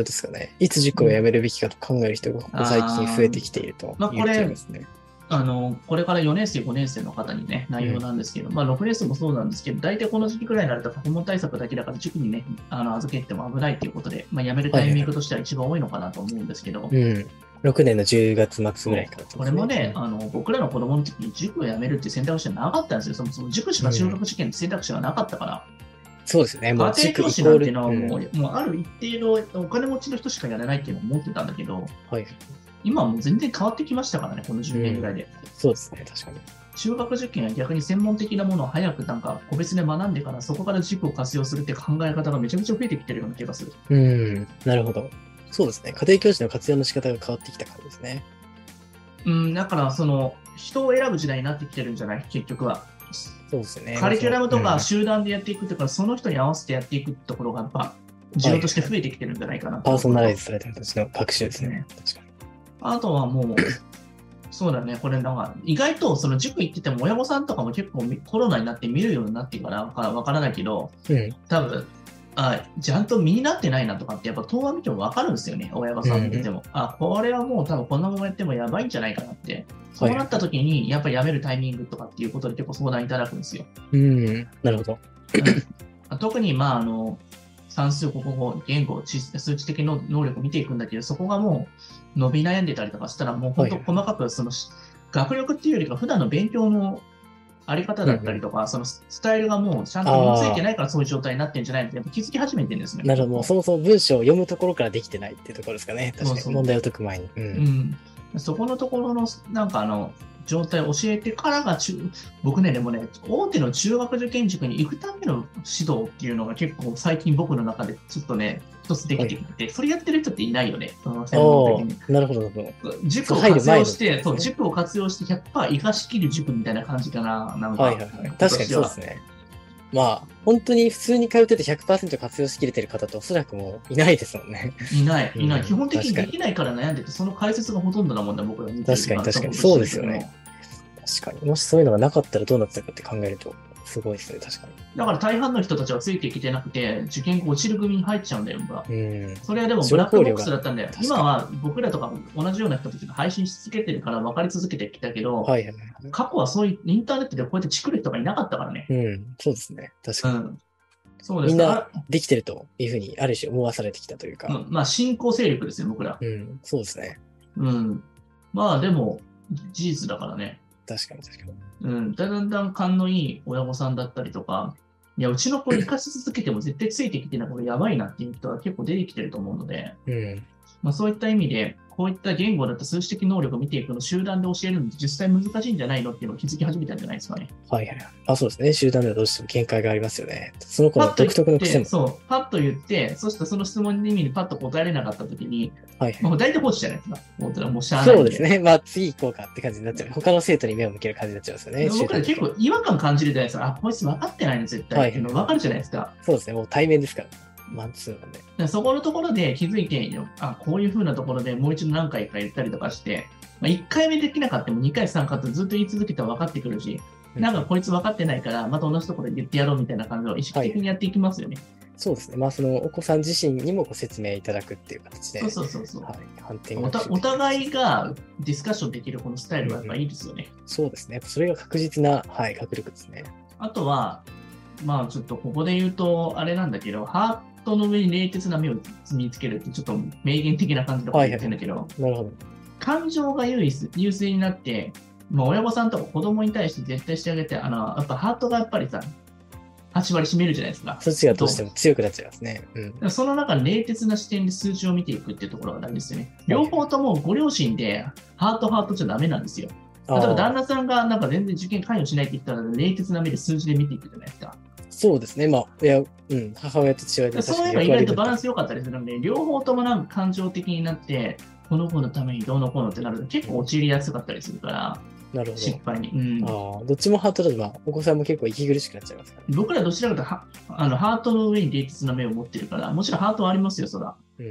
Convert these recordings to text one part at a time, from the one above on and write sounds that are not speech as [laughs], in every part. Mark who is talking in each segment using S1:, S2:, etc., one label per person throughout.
S1: れですよね。いつ塾を辞めるべきかと考える人がここ最近増えてきているという
S2: まあこれ
S1: 点ですね。
S2: あの、これから4年生、5年生の方にね、内容なんですけど、まあ6年生もそうなんですけど、大体この時期くらいになると、過去問対策だけだから、塾にね、あの預けても危ないということで、まあ辞めるタイミングとしては一番多いのかなと思うんですけど、
S1: うん。6年の10月末ぐらいからです
S2: これもね、あの僕らの子供の時に塾を辞めるっていう選択肢はなかったんですよ。そもそも塾しか中学受験の選択肢がなかったから、
S1: そうですね。もう
S2: 家庭
S1: 塾
S2: 教
S1: イ
S2: 師
S1: コ
S2: な
S1: ー
S2: んて
S1: ル。
S2: いうのは
S1: うん
S2: もう,、もうある一定のお金持ちの人しかやれないっていうのを思ってたんだけど、
S1: はい。
S2: 今はもう全然変わってきましたからね、この10年ぐらいで。
S1: そうですね、確かに。
S2: 中学受験は逆に専門的なものを早くなんか個別で学んでからそこから塾を活用するって考え方がめちゃくちゃ増えてきてるような気がする。
S1: うん、なるほど。そうですね。家庭教師の活用の仕方が変わってきたからですね。
S2: うん、だからその人を選ぶ時代になってきてるんじゃない結局は。
S1: そうですね。
S2: カリキュラムと
S1: う
S2: か
S1: ん
S2: 集団でやっていくっていうか、その人に合わせてやっていくところがやっぱ需要として増えてきてるんじゃないかなと
S1: パーソナライズされた形の学習ですね。確かに。
S2: あとはもう、そうだね、これなんか、意外とその塾行ってても親御さんとかも結構みコロナになって見るようになってからわからわからないけど、
S1: うん、
S2: 多分あちゃんと身になってないなとかって、やっぱ動画見ても分かるんですよね、親御さん見てても。あ、これはもう多分こんなままやってもやばいんじゃないかなって。そうなった時に、やっぱやめるタイミングとかっていうことで結構相談いただくんですよ。
S1: うん、なるほど。
S2: うん特に、まあ、あの、算数、国語、言語、知数値的の能力を見ていくんだけど、そこがもう伸び悩んでたりとかしたら、もう本当
S1: はい
S2: 細かく、その、し学力っていうよりか、普段の勉強のあり方だったりとか、そのスタイルがもうちゃんと身についてないからそういう状態になってんじゃないのって、やっぱ気づき始めてるんですね。
S1: なるほど。もうそもそも文章を読むところからできてないっていうところですかね。確
S2: そう
S1: か
S2: そ
S1: に。
S2: う
S1: 問題を解く前に。う。
S2: うんん、そこのところの、なんかあの、状態を教えてからが中、僕ね、でもね、大手の中学受験塾に行くための指導っていうのが結構最近僕の中でちょっとね、一つできてきて、それやってる人っていないよね、その専門
S1: お
S2: 的に。
S1: ーなるほど、なるほど。
S2: 塾を活用し
S1: 入る前の
S2: て、そう、塾を活用して100%生かしきる塾みたいな感じかな、なんか。
S1: はいはいはい。確かにそうですね。まあ、本当に普通に通ってて100%活用しきれてる方っておそらくもういないですもんね。
S2: いない、いな
S1: う
S2: い。
S1: ん
S2: 基本的に
S1: 確か
S2: で
S1: に
S2: きないから悩んでて、その解説がほとんどなもんだ、僕ら見てる
S1: 確かに確かに
S2: 今
S1: そうですよね。確かに。もしそういうのがなかったらどうなってたかって考えると、すごいですね、確か
S2: だから大半の人たちはついてきてなくて、受験後落ちる組に入っちゃうんだよ、僕は。
S1: に。うん。
S2: それはでもブラックボック
S1: 情報量
S2: ス
S1: が
S2: だったんだよ
S1: 確。かに
S2: 今は僕らとか同じような人たちが配信し続けてるから分かり続けてきたけど、
S1: はいはいはい。
S2: 過去はそういうインターネットでこうやってチクる人がいなかったからね。
S1: うん、そうですね。確
S2: う
S1: かに。
S2: ん。そうです
S1: みんな
S2: か
S1: できてるというふうに、ある種思わされてきたという
S2: ら、う
S1: か。
S2: ん、まあ新興勢力ですよ、僕ら。
S1: うん、そうですね。
S2: うん。まあでも、事実だからね。
S1: 確かに確かに。
S2: うん。だんだん勘のいい親御さんだったりとか、いや、うちの子生かし続けても絶対ついてきてない、これやばいなっていう人は結構出てきてると思うので、
S1: うん。
S2: まあ、そういった意味で、こういった言語だった数値的能力を見ていくの、集団で教えるのって実際難しいんじゃないのっていうのを気づき始めたんじゃないですかね。
S1: はいはいはい。あ、そうですね。集団ではどうしても限界がありますよね。その子
S2: パ
S1: の
S2: ッと
S1: 独特
S2: 言っ
S1: の癖
S2: て、
S1: も。
S2: そう、パッと言って、そしてその質問に意味にパッと答えれなかったときに、
S1: はいはい。
S2: まあ、大体放置じゃないですか。もうもうしゃあないん
S1: そうです。ね。まあ、次行こうかって感じになっちゃう。他の生徒に目を向ける感じになっちゃうんですよ
S2: で
S1: ね。
S2: も僕ら結構違和感感じるじゃないですか。あ、こいつ分かってないの絶
S1: はい
S2: 対っていうの分かるじゃないですか。
S1: そうですね。もう対面ですから。マンツーマンで。
S2: でそこのところで気づいてあ、こういう風なところでもう一度何回か言ったりとかして、まあ、1回目できなかったも2回3回ってずっと言い続けたら分かってくるし、なんかこいつ分かってないから、また同じところで言ってやろうみたいな感じを意識的にやっていきますよね。
S1: そうですね。まあ、そのお子さん自身にもご説明いただくっていう形で。
S2: そうそうそうそう。
S1: はい。反転
S2: おたお互いがディスカッションできるこのスタイルがやっぱいいですよね。
S1: そうですね。それが確実な、はい、学力ですね。
S2: あとは、まあちょっとここで言うと、あれなんだけど、ハートの上に冷徹な目を積みつけるって、ちょっと名言的な感じのこと言ってるんだけど、
S1: なるほど。
S2: 感情が優位す優勢になって、まあ、親御さんとか子供に対して絶対してあげて、あのやっぱハートがやっぱりさ、8割占めるじゃないですか。
S1: そっちがどうしても強くなっちゃいますね。うん。
S2: その中、冷徹な視点で数値を見ていくっていうところが大事ですよね。両方ともご両親で、ハートハートじゃダメなんですよ。例えば旦
S1: あー
S2: 那さんがなんか全然受験関与しないって言ったら、冷徹な目で数字で見ていくじゃないですか。
S1: そうですね。まあ、いや、うん。母親と父親で
S2: そういえば意外とバランス良かったりするので、両方ともなんか感情的になって、この子のためにどうのこうのってなると結構陥りやすかったりするから、
S1: なるほ
S2: 失敗に。うん、
S1: ど。ああ、どっちもハートだと、まあ、お子さんも結構息苦しくなっちゃいますからね。
S2: 僕らどちらかというとはあのハートの上に冷徹な目を持ってるから、もちろんハートはありますよ、そら。
S1: う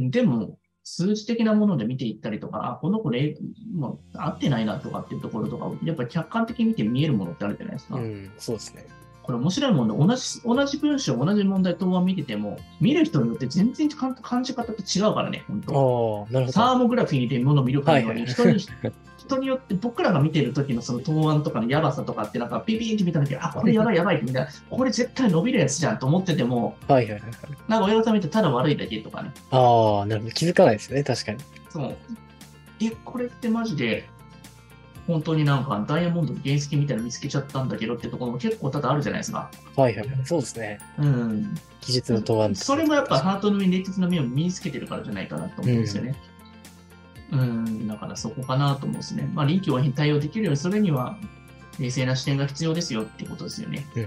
S1: ん。
S2: でも、数字的なもので見ていったりとか、あこの子れ、もう合ってないなとかっていうところとかを、やっぱり客観的に見て見えるものってあるじゃないですか。
S1: うん、そうですね。
S2: これ面白いもんで、同じ、同じ文章、同じ問題、答案見てても、見る人によって全然感感じ方って違うからね、本
S1: ああ
S2: 当
S1: なるほ
S2: サ
S1: ど。
S2: ーモグラフィーで物の魅力のよう
S1: はいは
S2: に、
S1: い
S2: 人に、人によって、僕らが見てる時のその答案とかのやばさとかって、なんかピピーンって見た時あ、これやばいやばいってみたいな、これ絶対伸びるやつじゃんと思ってても、
S1: はいはいはいはい。
S2: なんか親御さん見てただ悪いだけとかね。
S1: ああ、なるほど。気づかないですよね、確かに。
S2: そう。え、これってマジで、本当になんかダイヤモンドの原石みたいなの見つけちゃったんだけどってところも結構多々あるじゃないですか。
S1: はいはいはい。そうですね。
S2: うん。
S1: 技術の答案とか
S2: それもやっぱハートの上に冷徹な面を身につけてるからじゃないかなと思うんですよね。うん、だからそこかなと思うんですね。まあ、臨機応変に対応できるようにするには、冷静な視点が必要ですよってことですよね。
S1: うん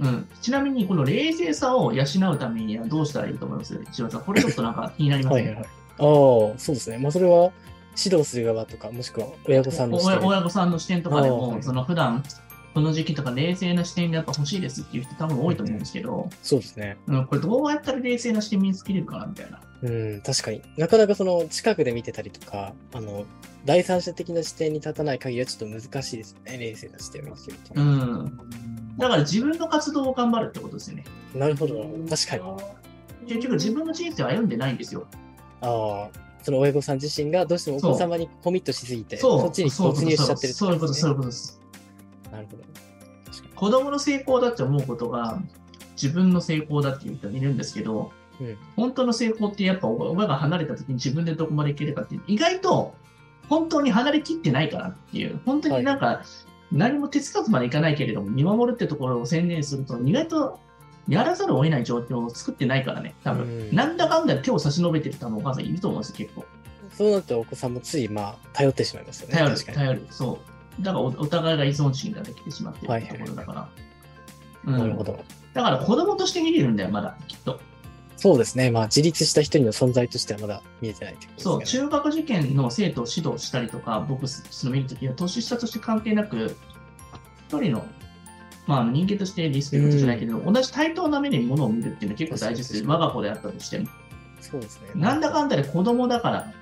S1: うん。
S2: うん。ちなみに、この冷静さを養うためにはどうしたらいいと思います千葉さん、これちょっとなんか気になります
S1: は
S2: ね。
S1: いはいはい。ああ、そうですね。まあ、それは指導する側とか、もしくは親御さんの視点
S2: お親御さんの視点とかで
S1: あー
S2: も
S1: は、い
S2: その普段この時期とか冷静な視点がやっぱ欲しいですっていう人多分多いと思うんですけど、
S1: そうですね。
S2: うん、これどうやったら冷静な視点身につけれるかなみたいな。
S1: うん、確かになかなかその近くで見てたりとか、あの、第三者的な視点に立たない限りはちょっと難しいですよね。冷静な視点を見つけると。
S2: うん。だから自分の活動を頑張るってことですよね。
S1: なるほど。確かに。
S2: 結局自分の人生を歩んでないんですよ。
S1: ああ、その親御さん自身がどうしてもお子様にコミットしすぎて、
S2: そう、
S1: そっちに
S2: そう
S1: 没入しちゃってるって
S2: そういうこと、そう
S1: う
S2: いうことです。
S1: なるほど。確か
S2: 子供の成功だって思うことが自分の成功だっていう人いるんですけど、
S1: うん
S2: 本当の成功ってやっぱお親が離れた時に自分でどこまでいけるかって意外と本当に離れきってないからっていう本当になんか何も手つかずまでいかないけれども見守るってところを専念すると意外とやらざるを得ない状況を作ってないからね多分、
S1: うん
S2: なんだかんだ手を差し伸べてる多分お母さんいると思うんですよ結構
S1: にそうなるとお子さんもつい、まあ、頼ってしまいますよね。
S2: 頼る
S1: 確かに。
S2: 頼るそうだからおお互いが依存心ができてしまってるってところだから、うん
S1: なるほど。
S2: だから子供として見れるんだよ、まだ、きっと。
S1: そうですね。まあ、自立した一人の存在としてはまだ見えてないということ
S2: そう、
S1: ですね。
S2: 中学受験の生徒を指導したりとか、僕、その見るときは、年下として関係なく、一人の、まあ、人間としてリスペクトじゃないけど、同じ対等な目でものを見るっていうのは結構大事です
S1: 確か
S2: よ。我
S1: に
S2: が子であったとしても。
S1: そうですね。
S2: なんだかんだで子供だから、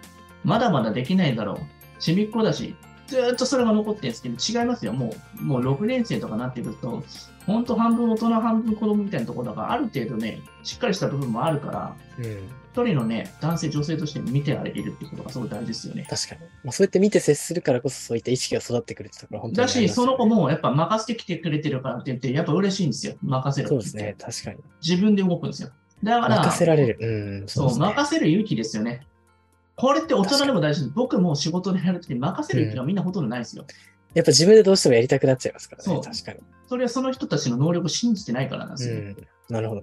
S2: まだまだできないだろう。ちびっこだし、ずーっとそれが残ってるんですけど、違いますよ。もう、もう6年生とかなってくると、ほんと半分大人、半分子供みたいなところだから、ある程度ね、しっかりした部分もあるから、
S1: うん。
S2: 一人のね、男性、女性として見てあげるってことがすごい大事ですよね。
S1: 確かに。まあ、そうやって見て接するからこそ、そういった意識が育ってくるってところは本当に
S2: だ
S1: あり
S2: し、
S1: ます
S2: そ
S1: よね
S2: の子もやっぱ任せてきてくれてるからって言って、やっぱ嬉しいんですよ。任せる
S1: そ
S2: っ
S1: う
S2: て
S1: ですね。確かに。
S2: 自分で動くんですよ。だから、
S1: 任せられる。うん。
S2: そう
S1: ですね
S2: 任せる勇気ですよね。これって大人でも大事です。僕も仕事でやるときに任せる勇気がみんなほとんどないですよ。
S1: やっぱ自分でどうしてもやりたくなっちゃいますから
S2: そう
S1: ね。確かに。
S2: それはその人たちの能力を信じてないからなんですよ。
S1: うん。なるほど。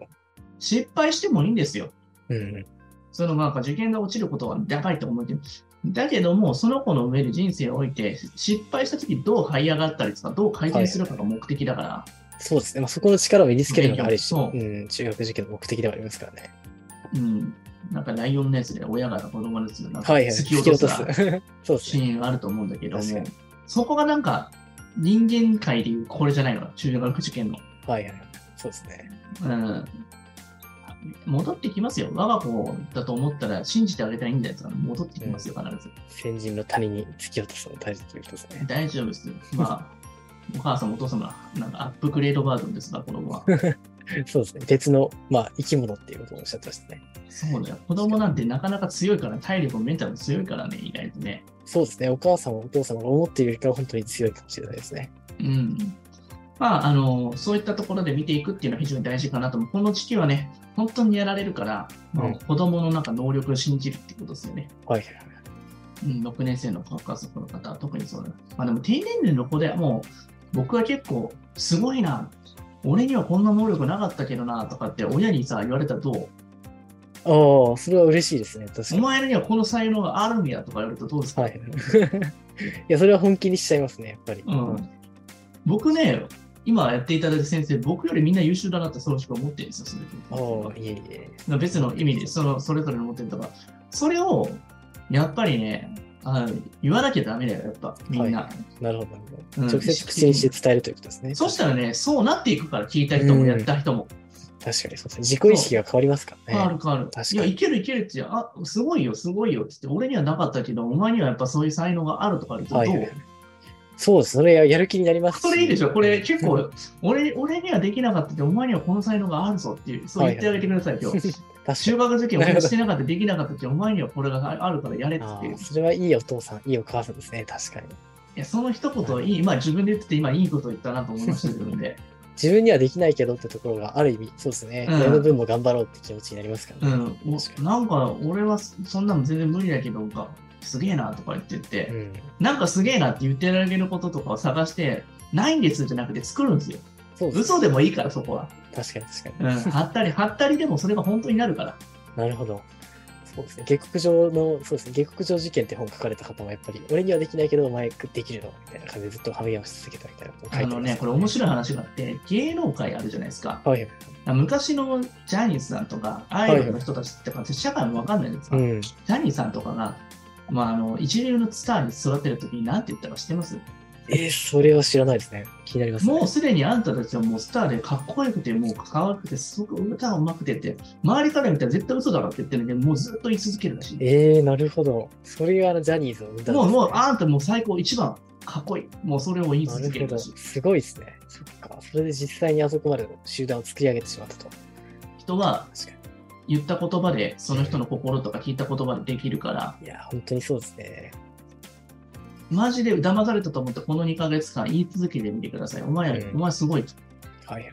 S2: 失敗してもいいんですよ。
S1: うん。
S2: そのなんか受験が落ちることはやばいと思ってる。だけども、その子の上で人生を置いて、失敗した時どう這い上がったりとか、どう改善するかが目的だから、
S1: そうですね。まあ、そこの力を身につけるのがあるし、
S2: そう
S1: うん、中学受験の目的ではありますからね。
S2: うん、なんかライオンのやつで親が子供のやつでなんか
S1: はいはい。
S2: 突き落とす
S1: 突き落とす [laughs] そうです
S2: シ
S1: ね。
S2: ーンがあると思うんだけども
S1: 確かに、
S2: そこがなんか人間界でいうこれじゃないのかな、中学受験の。
S1: はいはい。そうですね。
S2: うん戻ってきますよ。我が子だと思ったら信じてあげたらいいんじゃないですか、戻ってきますよ、必ず。
S1: 先人の谷に突き落とすの大事ということですね。
S2: [laughs] 大丈夫です。まあ、お母さんもお父様、なんかアップグレードバージョンですが、子供
S1: [laughs]
S2: は。
S1: そうですね。別の、まあ、生き物っていうことをおっしゃってましたね。
S2: そうだよ。子供なんてなかなか強いから、体力もメンタルも強いからね、意外とね。
S1: そうですね。お母様、お父様が思っているよりかは本当に強いかもしれないですね。
S2: うん。まあ、あの、そういったところで見ていくっていうのは非常に大事かなと思う。この時期はね、本当にやられるから、
S1: うん
S2: 子供のなんか能力を信じるってことですよね。
S1: はいはい
S2: うん、6年生のご家族の方は特にそうだ。まあでも低年齢の子ではもう、僕は結構、すごいな。俺にはこんな能力なかったけどな、とかって親にさ、言われたらどう
S1: はい。ああ、それは嬉しいですね。確か
S2: お
S1: に。
S2: 前にはこの才能があるんやとか言われるとどうですか、
S1: はい。 [laughs] いや、それは本気にしちゃいますね、やっぱり。
S2: うん、僕ね、今やっていただいた先生、僕よりみんな優秀だなって、その人は思ってるんですよ、す
S1: あ
S2: ご
S1: あ、
S2: く
S1: いえいえ。
S2: 別の意味で、そのそれぞれの持ってるとか、それをやっぱりね、あの言わなきゃダメだよ、やっぱみんな。
S1: はなるほどなるほど。
S2: うん
S1: 直接口にして伝えるということですね。
S2: そうしたらね、そうなっていくから、聞いた人もやった人も。
S1: 確かにそうですね。自己意識が変わりますか
S2: 変わ
S1: らね。
S2: る変わる
S1: 確。か
S2: い
S1: に
S2: や、いけるいけるって言う、あすごいよ、すごいよって言って、俺にはなかったけど、お前にはやっぱそういう才能があるとか言うと、どう、
S1: はいはい。そうです。それややる気になりますし。
S2: それいいでしょこれ結
S1: うん
S2: 構、俺、俺にはできなかったって、お前にはこの才能があるぞっていう、そう言ってあげてください、今日。
S1: 確か
S2: 中
S1: に。
S2: 学受験俺してなかった、できなかったって、お前にはこれがあるからやれっつっ
S1: あ
S2: て
S1: ー。それはいいお父さん、いいお母さんですね。確かに。
S2: いや、その一言いい、まあ自分で言ってて今いいこと言ったなと思いましたけどね。
S1: 自分にはできないけどってところがある意味、そうですね。
S2: うん
S1: 親の分も頑張ろうって気持ちになりますから
S2: う
S1: ね。
S2: ん。
S1: 確
S2: お
S1: か
S2: なんか俺はそんなの全然無理だけど、なんかすげえなとか言ってて、
S1: に。うん。
S2: なんかすげえなって言ってあげることとかを探して、ないんですじゃなくて作るんですよ。
S1: そうです。
S2: 嘘でもいいからそこは。
S1: 確かに確かに。
S2: うん。はったり、はったりでもそれが本当になるから。
S1: なるほど。そうですね。下克上の、そうですね。下克上事件って本書かれた方もやっぱり、俺にはできないけど、お前できるのみたいな感じでずっと励まし続けたみたいなこと書い
S2: あ
S1: てます
S2: のね、これ面白い話があって、芸能界あるじゃないですか。
S1: はい。
S2: 昔のジャニーズさんとか、アイドルの人たちってか、社会もわかんないじゃないですか。
S1: うん。
S2: ジャニーさんとかが、まあ、あの一流のスターに育てるときに何て言ったか知ってます
S1: えーそれは知らないですね。気になりますね。
S2: もうすでにあんたたちはもうスターでかっこよくて、もう可愛くて、すごく歌がうまくてって、周りから見たら絶対嘘だろって言ってるんで、もうずっと言い続けるらしい。
S1: えー、なるほど。それがあのジャニーズを生んだんですね
S2: もう、もう、あんたもう最高、一番かっこいい。もうそれを言い続ける
S1: な
S2: ら
S1: る
S2: し
S1: ほ
S2: い
S1: ど。。すごいですね。そっか。それで実際にあそこまでの集団を作り上げてしまったと。
S2: 人は
S1: 確か
S2: 言った言葉で、その人の心とか聞いた言葉でできるから、
S1: に。いや、本当にそうですね。
S2: マジで騙されたと思って、この2ヶ月間言い続けてみてください。お前ら、
S1: うん
S2: お前すごい
S1: はい。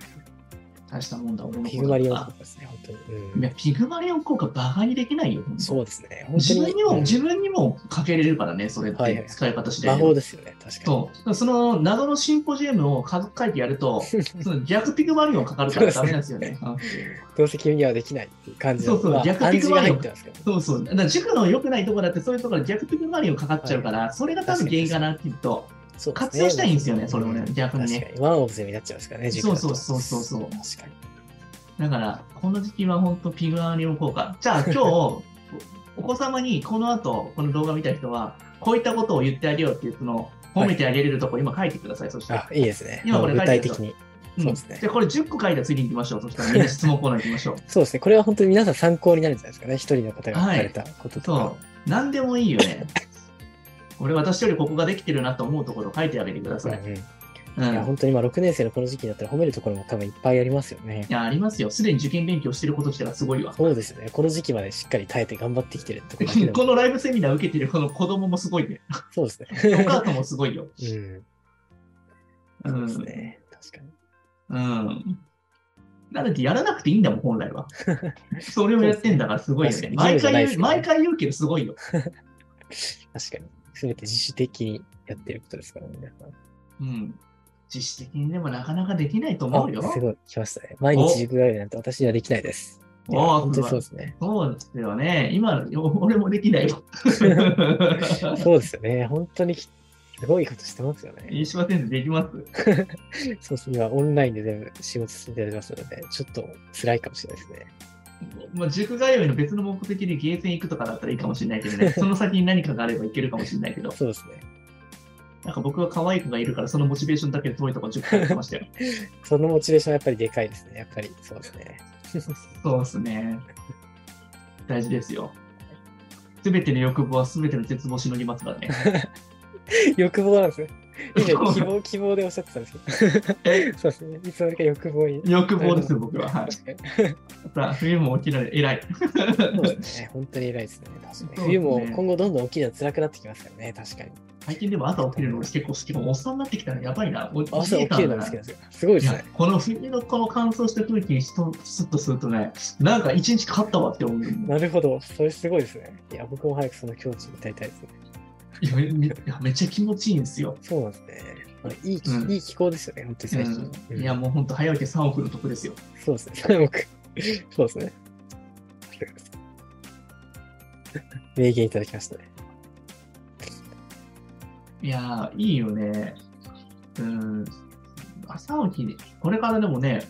S2: 大したもんだ、俺の
S1: ピ
S2: こ
S1: グ
S2: と
S1: マリオン
S2: だ
S1: とかですね、本当に。う
S2: い
S1: ん、
S2: や、ピグマリオン効果バカにできないよ。本当
S1: そうですね。本当
S2: 自分にも、
S1: うん
S2: 自分にもかけれるからね、それっ
S1: はいは
S2: て
S1: い
S2: 使い方次
S1: 魔
S2: 第で。
S1: 法ですよね、確かに。
S2: そう。その謎のシンポジウムを数書いてや
S1: [laughs]
S2: ると、その逆ピグマリオンかかるからダメなんですよね。うん
S1: どうせ君にはできないっていう感じの
S2: そうそう
S1: まあ
S2: 逆
S1: 暗
S2: ピ
S1: 示
S2: グ
S1: が
S2: マリ
S1: 入
S2: オ
S1: ってますけど。
S2: そうそう。だから塾の良くないところだって、そういうところで逆ピグマリオンかかっちゃうから、それが多分原因かなっていうと、
S1: そうですね
S2: 活用したいんですよね、それをね
S1: う、ん
S2: 逆に
S1: 確
S2: ね。
S1: かに。ワンオブゼミになっちゃいますからね、
S2: そうそう
S1: 塾だと
S2: そうそうそう
S1: 確かに。
S2: だから、この時期は本当ピグマリオン効果。じゃあ今日、おお子様にこの後、この動画見た人は、こういったことを言ってあげようっていう、その、褒めてあげれるとこ、今書いてください、そしたら
S1: あ、。いいですね。
S2: 今これ
S1: もう具
S2: 書い
S1: 体
S2: てる
S1: 的
S2: と
S1: に。
S2: ん
S1: そうですね
S2: じゃあこれ10個書いたら次に行きましょう。そしたらみんな質問コーナー行きましょう。
S1: [laughs] そうですね。これは本当に皆さん参考になるんじゃないですかね。一人の方が書かれたこととか。
S2: そう。何でもいいよね。俺、私よりここができてるなと思うところを書いてあげてください。
S1: うんうん
S2: うん。
S1: いや
S2: い
S1: 本当に今6年生のこの時期だったら褒めるところも多分いっぱいありますよね。
S2: や、ありますよ。すでに受験勉強してることしたらすごいわ。
S1: そうですよね。この時期までしっかり耐えて頑張ってきてるってことだけでも
S2: [laughs] このライブセミナー受けてるこの子供もすご
S1: [laughs]
S2: いね。
S1: そうですね。
S2: お母さんもすごいよ。
S1: [laughs] うん。
S2: う
S1: そうです
S2: ん。
S1: ね。確かに。
S2: うん。だってやらなくていいんだもん、本
S1: [laughs]
S2: 来は。それをやってんだからすごいよ
S1: 確か
S2: ね。
S1: に
S2: 毎
S1: 義務じゃ
S2: 回
S1: ない
S2: 言
S1: です
S2: う、
S1: けどね
S2: 毎回言うけどすごいよ。
S1: 確かに。すべて自主的にやってることですからね。皆さん
S2: うん。自主的にでもなかなかできないと思うよ。
S1: あすごい。来ましたね。毎日塾があるなんて私にはできないです。いや
S2: おー
S1: 本当にそうですね。
S2: そうですよね。今、よ俺もでき [laughs] ないよ。
S1: そうですよね。本当にきすごいことしてますよね。
S2: 飯島先生できます。
S1: そうです。今オンラインで全部仕事進んでおりますので、ちょっと辛いかもしれないですね。
S2: まあ、塾通いの別の目的でゲーセン行くとかだったらいいかもしれないけどね、
S1: [laughs]
S2: その先に何かがあればいけるかもしれないけど、
S1: そうですね。
S2: なんか僕は可愛い子がいるから、そのモチベーションだけで遠いとこ塾通ってましたよ。
S1: そのモチベーションはやっぱりでかいですね。やっぱりそうですね。
S2: そうですね。大事ですよ。すべての欲望はすべての絶望をしのぎます
S1: [laughs]
S2: からね。
S1: 欲望なんですね。以前希望、希望でおっしゃってたんですけど。
S2: え
S1: [laughs] そうですね。いつの間にか欲望に。
S2: 欲望ですよ、僕は。はい。
S1: 確かに
S2: さあ、冬も起きられ、偉い。
S1: そうですね。本当に偉いですね。確かに。
S2: そうですね
S1: 冬も今後どんどん大きいのは辛くなってきますからね。確かに。
S2: 最近でも朝起きるの俺結構好き。おっさんになってきたらやばいな。お
S1: 朝起きるのが好きなんですよ。すごいで
S2: い
S1: す
S2: や
S1: ね。
S2: この冬のこの乾燥した空気にスッとするとね、なんか一日勝ったわって思う。
S1: なるほど。それすごいですね。いや、僕も早くその境地に至りたいですね。
S2: いやめいやめっちゃ気持ちいいんですよ。
S1: そうなんですね。まあいい気、
S2: うん
S1: いい気候ですよね。本当に最近。
S2: う
S1: うんん
S2: いやもう本当早起き3億の得ですよ。
S1: そうですね。寒く。 [laughs] そうですね。名言いただきましたね。
S2: いやーいいよね。うん朝起きね、これからでもね、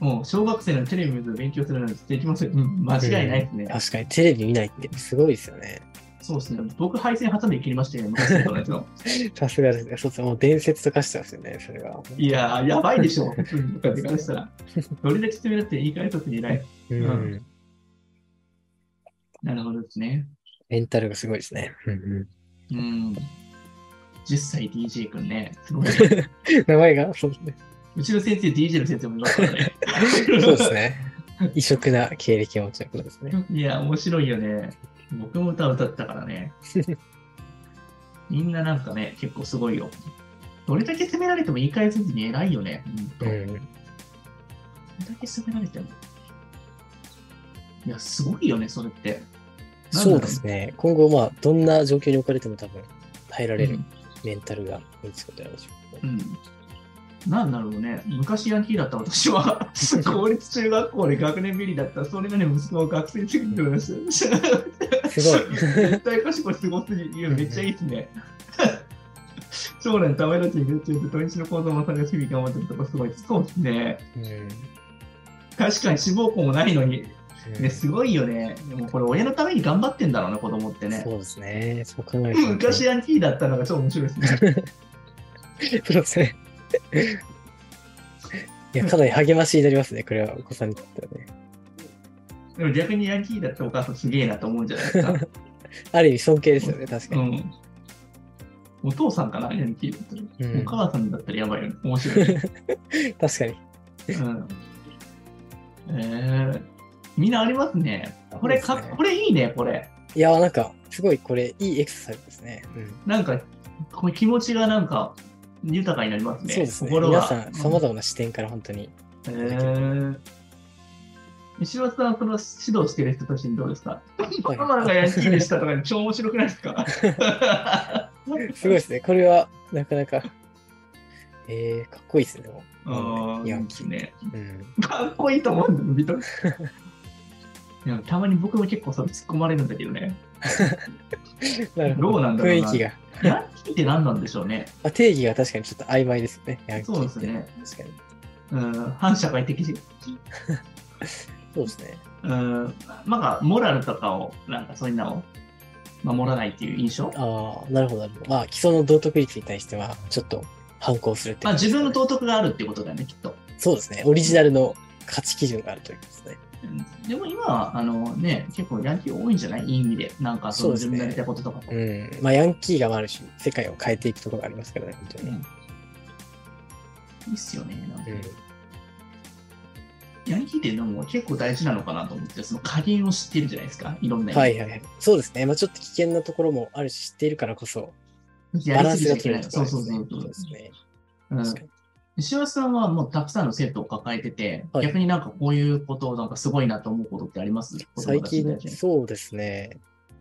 S2: もう小学生のテレビ見ず勉強するなんてできますよ。うん間違いないですね。
S1: 確かにテレビ見ないってすごいですよね。
S2: そうですね。僕配線挟んで切りましたよね。昔の友達の
S1: さすがですね。そうそう、もう伝説とかしてますよね、それは。
S2: いやーやばいでし [laughs] ょ。普通に昔からしたら。どれだけ詰めだって言い返すって偉 [laughs] い。
S1: うん、
S2: うんなるほどですね。
S1: メンタルがすごいですね。うんうん
S2: うん。 10歳 DJ 君ね、す [laughs] ごい。
S1: 名前が、そうですね。
S2: うちの先生、DJ の先生もいますから [laughs] ね。
S1: そうですね。異色な経歴を持ちの方ですね。
S2: [laughs] いや、面白いよね。僕も歌を歌ってたからね。みんななんかね、結構すごいよ。どれだけ責められても言い返せずに偉いよね。ほんと
S1: う
S2: どれ
S1: ん。
S2: だけ責められても。いや、すごいよね、それって。
S1: そうですね。今後、まあ、どんな状況に置かれても多分、耐えら
S2: なんだろ
S1: れ
S2: う
S1: るメンタルが身につくことなんでしょう
S2: う
S1: ね。
S2: ん。うんなんだろうね、昔ヤンキーだった私
S1: [laughs]
S2: は、公立中学校で学年ビリだった、それがね、息子を学生チェックました。
S1: すごい
S2: 絶対かしこすごすぎるいや。めっちゃいいですね。将来のためだという中で、土日の行動も探し日々頑張ってるとこすごい。そうですね。
S1: [laughs] うん。
S2: 確かに志望校もないのに、
S1: うん
S2: ね、すごいよね。でもこれ、親のために頑張ってんだろうね、子供ってね。
S1: そうですね。そう考えると。
S2: 昔ヤンキーだったのが超面白いですね。
S1: そうですね。いや、かなり励ましになりますね。これはお子さんにとってはね。
S2: でも逆にヤンキーだったお母さんすげえなと思うんじゃないですか。
S1: ある意味尊敬ですよね、確か
S2: う
S1: に。
S2: ん。お父さんかな、ヤンキーだったら。
S1: うん
S2: お母さんだったらやばいよね。面白い、ね。
S1: 確かに。
S2: うん。えー、みんなありますね。これか、
S1: そうですね
S2: これいいね、これ。
S1: いや、なんか、すごいこれ、いいエクササイズですね。うん
S2: なんか、これ気持ちがなんか、豊かになりますね。
S1: そうですね。
S2: 心が。
S1: 皆さん、さまざまな視点から本当に。
S2: へー石橋さん、その指導してる人たちにどうですかマ
S1: い
S2: マがヤンキーでしたとかに超面白くないですか
S1: [laughs] すごいですね。これは、なかなか。えー、かっこいいですね、でも。
S2: うん
S1: いや、
S2: ね。
S1: うん。
S2: かっこいいと思うんだよ、ビトル。でもたまに僕も結構それ突っ込まれるんだけどね。
S1: なるほ
S2: どう
S1: ど。
S2: なんだろ
S1: 雰
S2: う
S1: 囲
S2: な
S1: 気が。
S2: ヤンキーって何なんでしょうね。
S1: あ定義が確かにちょっと曖昧ですよね。ヤンキー
S2: そう
S1: って
S2: ですね。
S1: 確かに。
S2: うん、反社会的し。
S1: そうですね。
S2: うん、なんか、モラルとかを、なんかそういうのを守らないっていう印象。
S1: ああ、なるほど、なるほど。まあ、基礎の道徳率に対しては、ちょっと反抗するってい
S2: ま
S1: う
S2: あ、
S1: こと
S2: 自
S1: ですね
S2: 分の道徳があるってことだよね、きっと。
S1: そうですね。オリジナルの価値基準があるということですね。
S2: うんでも今は、あのね、結構ヤンキー多いんじゃないいい意味で。なんか、そ
S1: そう
S2: の
S1: です
S2: 自
S1: ね
S2: 分のやりたいこととか。
S1: うん。まあ、ヤンキーがもあるし、世界を変えていくところがありますからね、本当に。
S2: いいっすよね。なんか
S1: うん。
S2: ヤンキーっていうのも結構大事なのかなと思って、その加減を知ってるじゃないですか。いろんな意味で。
S1: はいはいはい。そうですね。まあ、ちょっと危険なところもあるし、知っているからこそ、
S2: や
S1: バラ
S2: り
S1: ン
S2: す
S1: ス
S2: ぎちゃ
S1: が
S2: いけ
S1: 取れ
S2: ない。
S1: る
S2: そ
S1: と
S2: う
S1: こ
S2: そう
S1: ろです
S2: そ
S1: ねそうで
S2: う。そう
S1: すね。
S2: うん
S1: 確かに。
S2: 石橋さんはもうたくさんの生徒を抱えてて、
S1: はい
S2: 逆になんかこういうことをなんかすごいなと思うことってあります
S1: 最近
S2: 子供たち、に対して
S1: そうですね。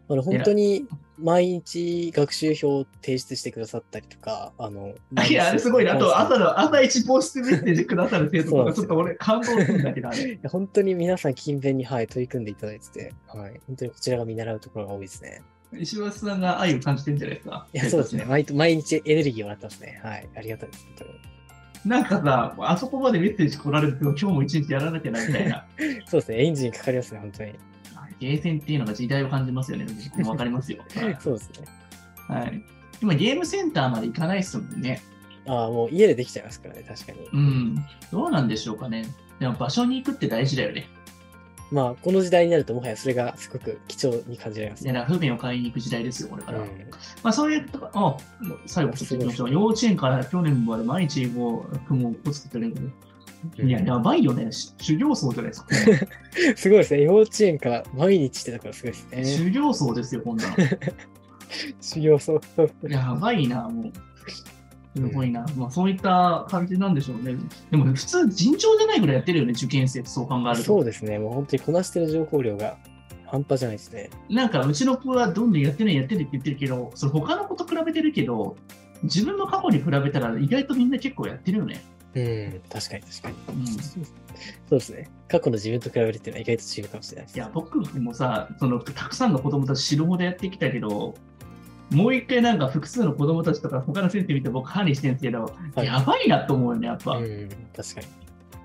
S1: あの本当に毎日学習表を提出してくださったりとか、あの、
S2: いや、あれすごいな。あと、朝
S1: い
S2: の、朝一ポストメッセージくださる生徒とか、ち
S1: そ
S2: ょ
S1: う
S2: っと俺、感動するんだけど、あれ。
S1: や本当に皆さん勤勉に、はい、取り組んでいただいてて、はい、本当にこちらが見習うところが多いですね。
S2: 石橋さんが愛を感じてるんじゃないですか。
S1: いや、そうですね。毎毎日エネルギーをもらってますね。はい、ありがたいです。本当に
S2: なんかさ、あそこまでメッセージ来られると、今日も一日やらなきゃな、みたいな。
S1: そうですね、エンジンかかりますね、本当に。
S2: ゲーセンっていうのが時代を感じますよね。僕もわかりますよ。
S1: [laughs] そうですね。
S2: はい。今、ゲームセンターまで行かないっすもんね。
S1: ああ、もう家でできちゃいますからね、確かに。
S2: うん。どうなんでしょうかね。でも、場所に行くって大事だよね。
S1: まあ、この時代になると、もはやそれがすごく貴重に感じられます
S2: で、
S1: ね。
S2: なんか不便を買いに行く時代ですよ、これから。
S1: うん
S2: まあ、そういうとこ、あ、もう最後ちょっと行きましょう。幼稚園から去年まで毎日もう、雲をこつけてるけど。いや、やばいよね。し修行僧じゃないで
S1: [laughs]
S2: すか。
S1: すごいですね。幼稚園から毎日ってところすごいですね。
S2: 修行僧ですよ、こ
S1: [laughs]
S2: んなの。
S1: 修行僧。
S2: やばいな、もう。すごいな。まあ、そういった感じなんでしょうね。でも、普通、尋常じゃないぐらいやってるよね、受験生ってそう考える
S1: [laughs]
S2: と。
S1: そうですね。もう本当にこなしてる情報量が半端じゃないですね。
S2: なんかうちの子はどんどんやってないやってるって言ってるけど、それ他の子と比べてるけど、自分の過去に比べたら意外とみんな結構やってるよね。
S1: うん、確かに確かに。
S2: うん、い
S1: そうですね。過去の自分と比べるっていうのは意外と違うかもしれないです。
S2: や、僕もさ、そのたくさんの子供たち白物やってきたけど、もう一回なんか複数の子供たちとか他の先生見て僕管理してるんですけど、
S1: はい
S2: やばいなと思うよね、やっぱ。う、
S1: うんん、確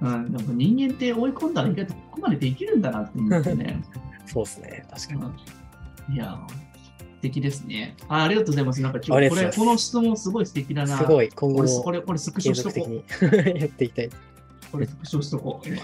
S1: かに。
S2: でも人間って追い込んだら意外とここまでできるんだなって思ってね。
S1: そうですね。確かに。
S2: うんいや、素敵ですねあ。ありがとうございます。なんか今
S1: あ
S2: 日
S1: り
S2: こ
S1: がとう
S2: れ、
S1: ございます
S2: この質問すごい素敵だな。
S1: すごい、今後
S2: これ、こ
S1: も
S2: れ、これスクシ
S1: 継
S2: ョしと
S1: 続的 [laughs]
S2: こう。
S1: にやっていきたい。
S2: これスクショしとこう。今